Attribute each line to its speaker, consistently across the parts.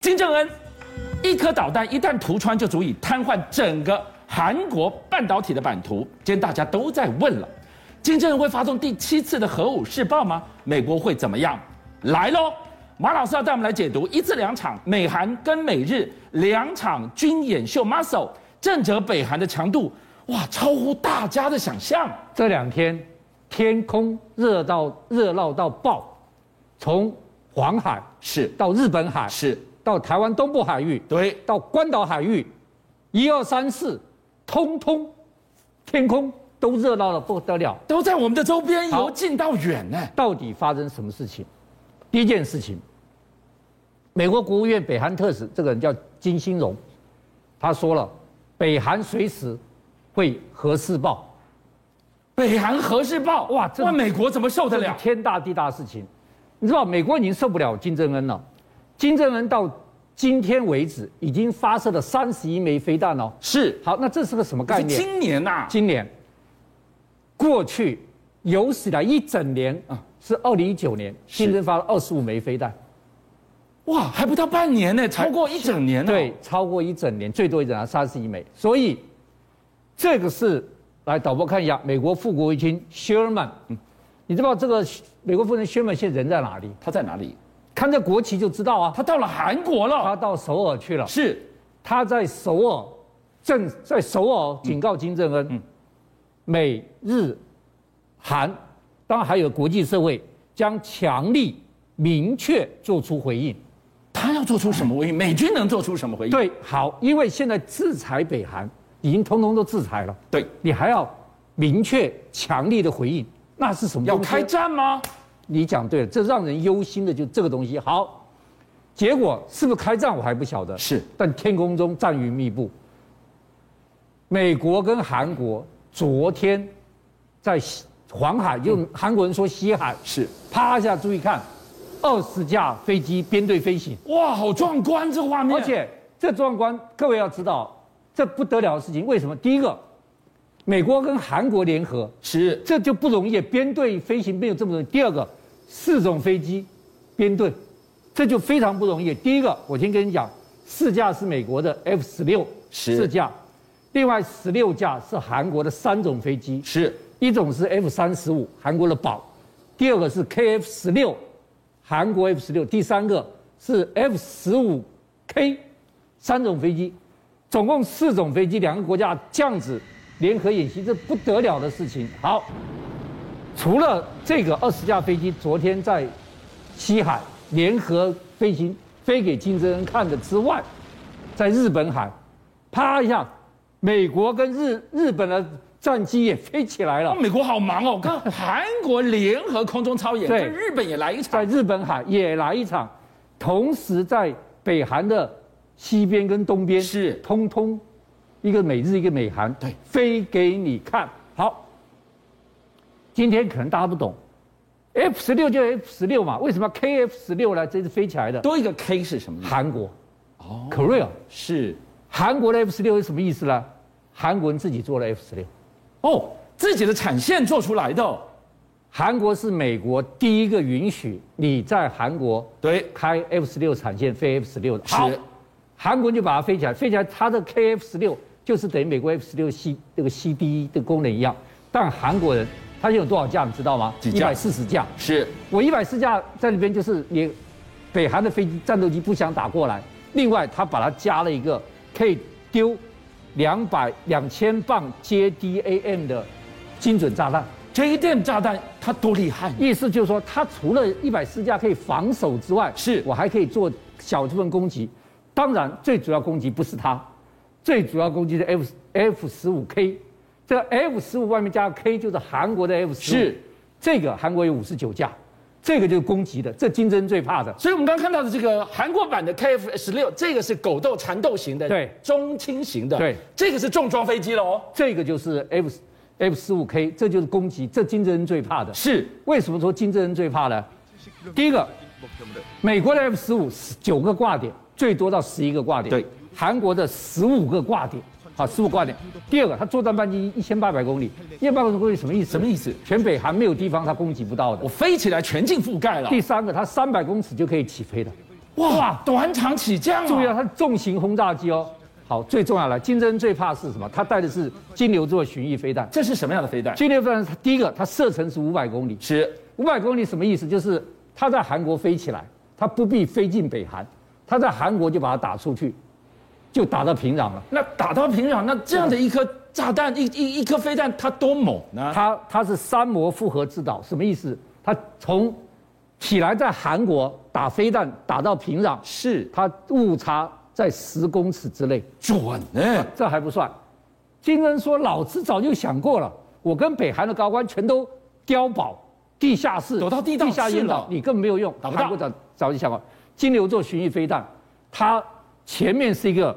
Speaker 1: 金正恩一颗导弹一旦涂穿，就足以瘫痪整个韩国半导体的版图。今天大家都在问了，金正恩会发动第七次的核武试爆吗？美国会怎么样？来喽！马老师要带我们来解读一次两场美韩跟美日两场军演秀 muscle，正则北韩的强度哇超乎大家的想象。
Speaker 2: 这两天天空热到热闹到爆，从黄海
Speaker 1: 是
Speaker 2: 到日本海，
Speaker 1: 是，
Speaker 2: 到台湾东部海域，
Speaker 1: 对，
Speaker 2: 到关岛海域，一二三四，通通天空都热闹的不得了。
Speaker 1: 都在我们的周边，
Speaker 2: 好
Speaker 1: 由近到远呢。
Speaker 2: 到底发生什么事情？第一件事情，美国国务院北韩特使这个人叫金星荣，他说了，北韩随时会核试爆。
Speaker 1: 北韩核试爆，哇，
Speaker 2: 哇这
Speaker 1: 这美国怎么受得了？
Speaker 2: 天大地大的事情。你知道美国已经受不了金正恩了，金正恩到今天为止已经发射了三十一枚飞弹哦。
Speaker 1: 是，
Speaker 2: 好，那这是个什么概
Speaker 1: 是
Speaker 2: 念？
Speaker 1: 今年啊呐、
Speaker 2: 今年，过去有史以来一整年
Speaker 1: 啊
Speaker 2: 啊，是二零一九年，
Speaker 1: 是
Speaker 2: 金正恩发了二十五枚飞弹，
Speaker 1: 哇，还不到半年呢，超过一整年了。啊哦
Speaker 2: 对，，超过一整年，最多一整年三十一枚。所以，这个是来导播看一下，美国副国务卿 Sherman，你嗯知道这个美国副国务卿 Sherman 现在人在哪里？
Speaker 1: 他在哪里？
Speaker 2: 看这国旗就知道啊，
Speaker 1: 他到了韩国了。
Speaker 2: 他到首尔去了。
Speaker 1: 是，
Speaker 2: 他在首尔正在首尔警告金正恩，
Speaker 1: 嗯
Speaker 2: 美日韩，当然还有国际社会将强力明确做出回应。
Speaker 1: 嗯他要做出什么回应？美军能做出什么回应？
Speaker 2: 对，好，因为现在制裁北韩已经通通都制裁了，
Speaker 1: 对，
Speaker 2: 你还要明确强力的回应，那是什么？啊
Speaker 1: 要开战吗？
Speaker 2: 你讲对了，这让人忧心的就这个东西。好，结果是不是开战我还不晓得，
Speaker 1: 是
Speaker 2: 但天空中战云密布。美国跟韩国昨天在西黄海，就韩国人说西海，
Speaker 1: 是，
Speaker 2: 趴下注意看，二十架飞机编队飞行，
Speaker 1: 哇，好壮观这画面。
Speaker 2: 而且这壮观，各位要知道，这不得了的事情。为什么？第一个，美国跟韩国联合，
Speaker 1: 是
Speaker 2: 这就不容易，编队飞行没有这么容易。第二个，四种飞机编队，这就非常不容易。第一个，我先跟你讲，四架是美国的 F 十六，
Speaker 1: 是
Speaker 2: 四架，另外十六架是韩国的三种飞机，
Speaker 1: 是，
Speaker 2: 一种是 F 三十五，韩国的宝；第二个是 KF 十六，韩国 F 十六；第三个是 F 十五 K，三种飞机，总共四种飞机，两个国家这样子联合演习，这不得了的事情。好，除了这个二十架飞机昨天在西海联合飞行飞给金正恩看的之外，在日本海，啪一下，美国跟日日本的战机也飞起来了。
Speaker 1: 美国好忙 哦，跟韩国联合空中操演，
Speaker 2: 对
Speaker 1: 跟日本也来一场
Speaker 2: 在。日本海也来一场，同时在北韩的西边跟东边
Speaker 1: 是
Speaker 2: 通通一个美日一个美韩，
Speaker 1: 对
Speaker 2: 飞给你看好。今天可能大家不懂，F 十六就 F 十六嘛，为什么 KF 十六呢？这是飞起来的，
Speaker 1: 多一个 K 是什么意思？
Speaker 2: 韩国哦，Korea，
Speaker 1: 是，
Speaker 2: 韩国的 F 十六是什么意思呢？韩国人自己做了 F 十六，
Speaker 1: 哦，自己的产线做出来的哦。
Speaker 2: 韩国是美国第一个允许你在韩国
Speaker 1: 对，
Speaker 2: 开 F 十六产线飞 F 十六的，
Speaker 1: 是
Speaker 2: 好，韩国人就把它飞起来，飞起来它的 KF 十六就是等于美国 F 十六 C 这个 CD 的功能一样，但韩国人他有多少架你知道吗？
Speaker 1: 几
Speaker 2: 一
Speaker 1: 架
Speaker 2: 百四十架，
Speaker 1: 是，
Speaker 2: 我一百四架在那边就是你北韩的飞机战斗机不想打过来，另外他把它加了一个可以丢两百两千磅 JDAM 的精准炸弹。
Speaker 1: 这一弹炸弹它多厉害呢？
Speaker 2: 意思就是说，它除了一百四架可以防守之外，
Speaker 1: 是
Speaker 2: 我还可以做小部分攻击。当然，最主要攻击不是它，最主要攻击是 F F 十五 K。这 F 十五外面加个 K 就是韩国的 F 十五，
Speaker 1: 是
Speaker 2: 这个韩国有五十九架，这个就是攻击的，这金正恩最怕的。
Speaker 1: 所以我们刚刚看到的这个韩国版的 KF 十六，这个是狗斗缠斗型的，
Speaker 2: 对
Speaker 1: 中轻型的，
Speaker 2: 对，
Speaker 1: 这个是重装飞机了哦。
Speaker 2: 这个就是 F F 十五 K，这就是攻击，这金正恩最怕的。
Speaker 1: 是，
Speaker 2: 为什么说金正恩最怕呢？第一个，美国的 F 十五九个挂点，最多到十一个挂点。
Speaker 1: 对，
Speaker 2: 韩国的十五个挂点，好，十五挂点。第二个，它作战半径一千八百公里，一千八百公里什么意思？
Speaker 1: 什么意思？
Speaker 2: 全北韩没有地方它攻击不到的
Speaker 1: 我。飞起来全境覆盖了
Speaker 2: 第。三个，它三百公尺就可以起飞的。
Speaker 1: 哇，短场起降
Speaker 2: 注意啊，
Speaker 1: 啊！
Speaker 2: 它是重型轰炸机哦。好，最重要了，金正恩最怕是什么？他带的是金牛座巡弋飞弹。
Speaker 1: 这是什么样的飞弹？
Speaker 2: 金牛座飞弹第一个，它射程是五百公里，
Speaker 1: 是
Speaker 2: 五百公里什么意思？就是它在韩国飞起来，它不必飞进北韩，它在韩国就把它打出去，就打到平壤了。
Speaker 1: 那打到平壤，那这样的一颗炸弹，一一一颗飞弹，它多猛啊呢？
Speaker 2: 它它是三模复合制导，什么意思？它从起来在韩国打飞弹打到平壤，
Speaker 1: 是
Speaker 2: 它误差在十公尺之内，
Speaker 1: 准哎，
Speaker 2: 这还不算。金恩说：“老子早就想过了，我跟北韩的高官全都碉堡、地下室、
Speaker 1: 躲到地道
Speaker 2: 地下
Speaker 1: 去
Speaker 2: 引
Speaker 1: 了
Speaker 2: 导，你根本没有用。
Speaker 1: 打不到
Speaker 2: 韩国早早就想过，金牛座巡弋飞弹，它前面是一个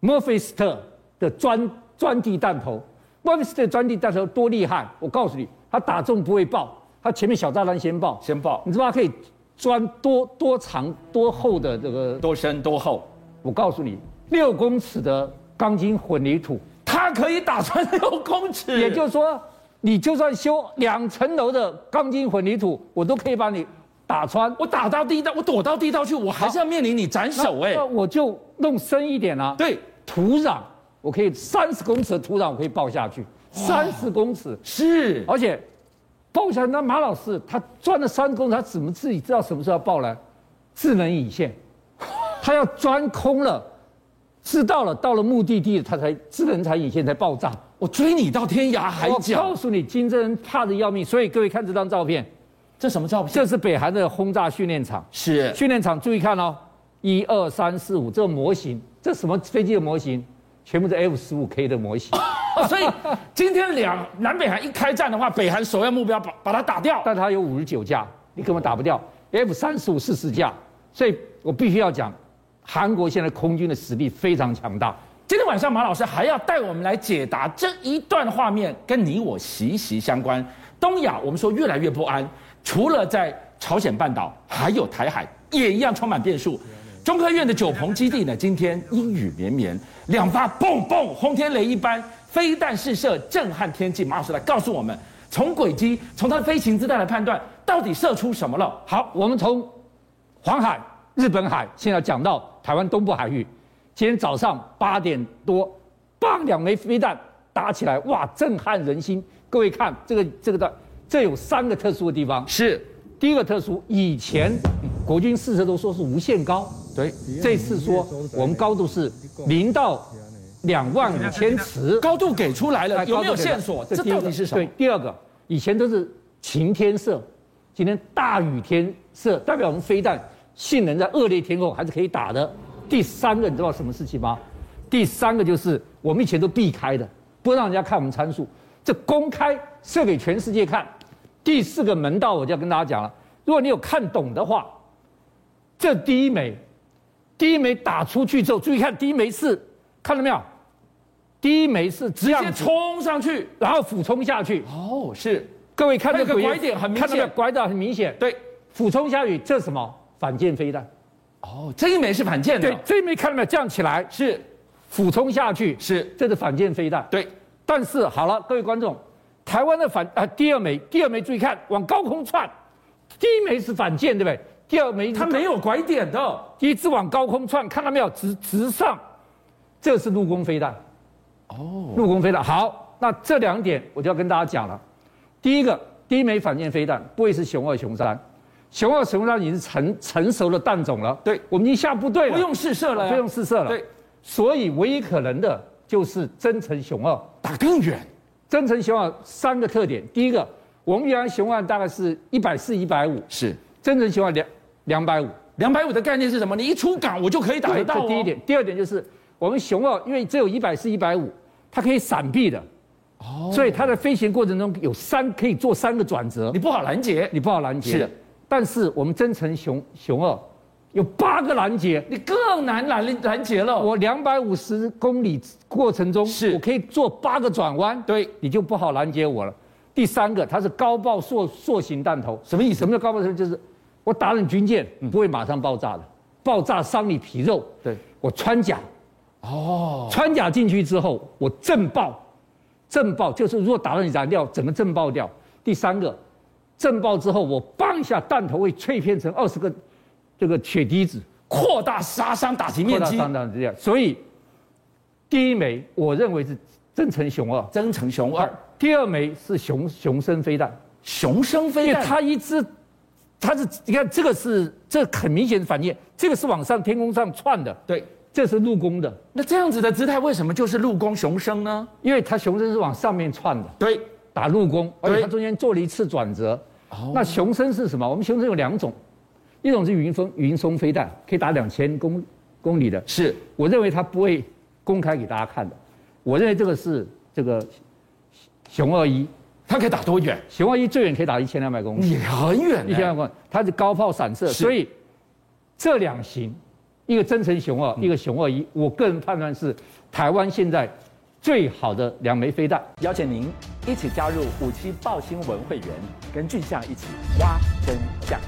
Speaker 2: 墨菲斯特的钻钻地弹头，墨菲斯特钻地弹头多厉害！我告诉你，它打中不会爆，它前面小炸弹先爆，
Speaker 1: 先爆
Speaker 2: 你知道它可以钻多多长多厚的这个？
Speaker 1: 多深多厚，
Speaker 2: 我告诉你，六公尺的钢筋混凝土，
Speaker 1: 它可以打穿六公尺，
Speaker 2: 也就是说，你就算修两层楼的钢筋混凝土，我都可以把你打穿。
Speaker 1: 我打到地道，我躲到地道去，我还是要面临你斩首哎
Speaker 2: 那。我就弄深一点啊。
Speaker 1: 对，
Speaker 2: 土壤我可以三十公尺的土壤我可以爆下去，三十公尺，
Speaker 1: 是
Speaker 2: 而且爆下去那马老师他钻了三十公尺，他怎么自己知道什么时候要爆呢？智能引线，他要钻空了，知道了，到了目的地他才智能才引线才爆炸。
Speaker 1: 我追你到天涯海
Speaker 2: 我告
Speaker 1: 角，
Speaker 2: 诉你，金正恩怕的要命，所以各位看这张照片，
Speaker 1: 这什么照片？
Speaker 2: 这是北韩的轰炸训练场。
Speaker 1: 是
Speaker 2: 训练场注意看哦，一二三四五，这个模型，这什么飞机的模型？全部是 F 十五 K 的模型，
Speaker 1: 哦， 所以今天两南北韩一开战的话，北韩首要目标把把它打掉。
Speaker 2: 但它有五十九架，你根本打不掉。F 三十五四十架，所以我必须要讲，韩国现在空军的实力非常强大。
Speaker 1: 今天晚上马老师还要带我们来解答这一段画面，跟你我息息相关。东亚我们说越来越不安，除了在朝鲜半岛，还有台海也一样充满变数。
Speaker 2: 啊
Speaker 1: 中科院的九鹏基地呢，今天阴雨绵绵，两发蹦蹦轰天雷一般飞弹试射，震撼天际。马老师来告诉我们，从轨迹，从它飞行姿态来判断，到底射出什么了？
Speaker 2: 好，我们从黄海、日本海，现在讲到台湾东部海域。今天早上八点多，棒两枚飞弹打起来，哇，震撼人心！各位看这个这个的，这有三个特殊的地方。
Speaker 1: 是，
Speaker 2: 第一个特殊，以前国军试射都说是无限高，
Speaker 1: 对，
Speaker 2: 这次说我们高度是零到两万五千尺。
Speaker 1: 高度给出来了，
Speaker 2: 哎
Speaker 1: 有没有
Speaker 2: 高度给的
Speaker 1: 线索？这
Speaker 2: 第一
Speaker 1: 到
Speaker 2: 个
Speaker 1: 底是什么
Speaker 2: 对？，第二个，以前都是晴天射，今天大雨天射，代表我们飞弹性能在恶劣天候还是可以打的。第三个，你知道什么事情吗？第三个就是我们以前都避开的，不让人家看我们参数，这公开射给全世界看。第四个门道，我就要跟大家讲了，如果你有看懂的话，这第一枚，第一枚打出去之后，注意看第一枚是，看到没有？第一枚是这样
Speaker 1: 直接
Speaker 2: 子
Speaker 1: 冲上去。
Speaker 2: 然后俯冲下去。
Speaker 1: 哦，是
Speaker 2: 各位看
Speaker 1: 它有
Speaker 2: 这
Speaker 1: 个拐
Speaker 2: 轨迹
Speaker 1: 点很明
Speaker 2: 看到没有
Speaker 1: 显
Speaker 2: 拐点很明显。，
Speaker 1: 对。
Speaker 2: 俯冲下去，这是什么？反舰飞弹。啊
Speaker 1: 哦，这一枚是反舰的
Speaker 2: 对，，这一枚看到没有？这样起来
Speaker 1: 是
Speaker 2: 俯冲下去，
Speaker 1: 是，
Speaker 2: 这是反舰飞弹。，
Speaker 1: 对，
Speaker 2: 但是好了，各位观众，台湾的反啊、第二枚，第二枚注意看，往高空窜，第一枚是反舰，对不对？第二枚
Speaker 1: 它没有拐点的。
Speaker 2: 一直往高空窜，看到没有？直直上，这是陆攻飞弹。哦，陆攻飞弹。好，那这两点我就要跟大家讲了。第一个，第一枚反舰飞弹不会是熊二、熊三，熊二、熊三已经是成成熟的弹种了。
Speaker 1: 对
Speaker 2: 我们已经下部队了，
Speaker 1: 不用试射了呀，
Speaker 2: 不用试射了。
Speaker 1: 对，
Speaker 2: 所以唯一可能的就是增程熊二。
Speaker 1: 打更远，
Speaker 2: 增程熊二三个特点，第一个，我们原来熊二大概是一百四、一百五，
Speaker 1: 是
Speaker 2: 增程熊二两两百五。
Speaker 1: 两百五的概念是什么？你一出港我就可以打得
Speaker 2: 对，
Speaker 1: 到、哦。
Speaker 2: 这第一，点，第二点就是我们熊二，因为只有一百四、一百五，它可以闪避的，哦，所以它在飞行过程中有三可以做三个转折
Speaker 1: 你，不好拦截，
Speaker 2: 你不好拦截。
Speaker 1: 是，
Speaker 2: 但是我们真诚熊熊二有八个拦截，
Speaker 1: 你更难拦拦截了。
Speaker 2: 我两百五十公里过程中，
Speaker 1: 是
Speaker 2: 我可以做八个转弯，
Speaker 1: 对，
Speaker 2: 你就不好拦截我了。第三个，它是高爆塑塑形弹头，
Speaker 1: 什么意嗯
Speaker 2: 什？么叫高爆射？就是我打你军舰不会马上爆炸的，爆炸伤你皮肉。
Speaker 1: 对，
Speaker 2: 我穿甲，
Speaker 1: 哦，
Speaker 2: 穿甲进去之后，我震爆，震爆就是如果打到你燃料，整个震爆掉。第三个，震爆之后，我棒一下弹头会碎片成二十个这个铁滴子，
Speaker 1: 扩大杀伤打击
Speaker 2: 扩
Speaker 1: 面
Speaker 2: 大
Speaker 1: 积，哦
Speaker 2: 伤到这样。所以，第一枚我认为是增程雄二，
Speaker 1: 增程熊二，
Speaker 2: 第二枚是雄雄升飞弹，
Speaker 1: 熊生
Speaker 2: 因
Speaker 1: 飞
Speaker 2: 为
Speaker 1: 弹，
Speaker 2: 它一支，它是你看这个是这很明显是反应，这个是往上天空上窜的，
Speaker 1: 对，
Speaker 2: 这是入宫的，
Speaker 1: 那这样子的姿态为什么就是陆攻熊生呢？
Speaker 2: 因为它雄升是往上面窜的，
Speaker 1: 对，
Speaker 2: 打入宫，而
Speaker 1: 对
Speaker 2: 且它中间做了一次转折。
Speaker 1: 哦
Speaker 2: 那雄升是什么？我们雄升有两种，一种是云峰云松飞弹，可以打两千公公里的，
Speaker 1: 是
Speaker 2: 我认为它不会公开给大家看的，我认为这个是这个熊二一，
Speaker 1: 它可以打多远？
Speaker 2: 熊二一最远可以打一千两百公里。
Speaker 1: 也很远、
Speaker 2: 一千万公里，它是高炮散射，
Speaker 1: 是
Speaker 2: 所以这两型，一个真诚熊二，一个熊二一，我个人判断是台湾现在最好的两枚飞弹。
Speaker 3: 邀请您一起加入五七报新闻会员，跟俊相一起挖真相。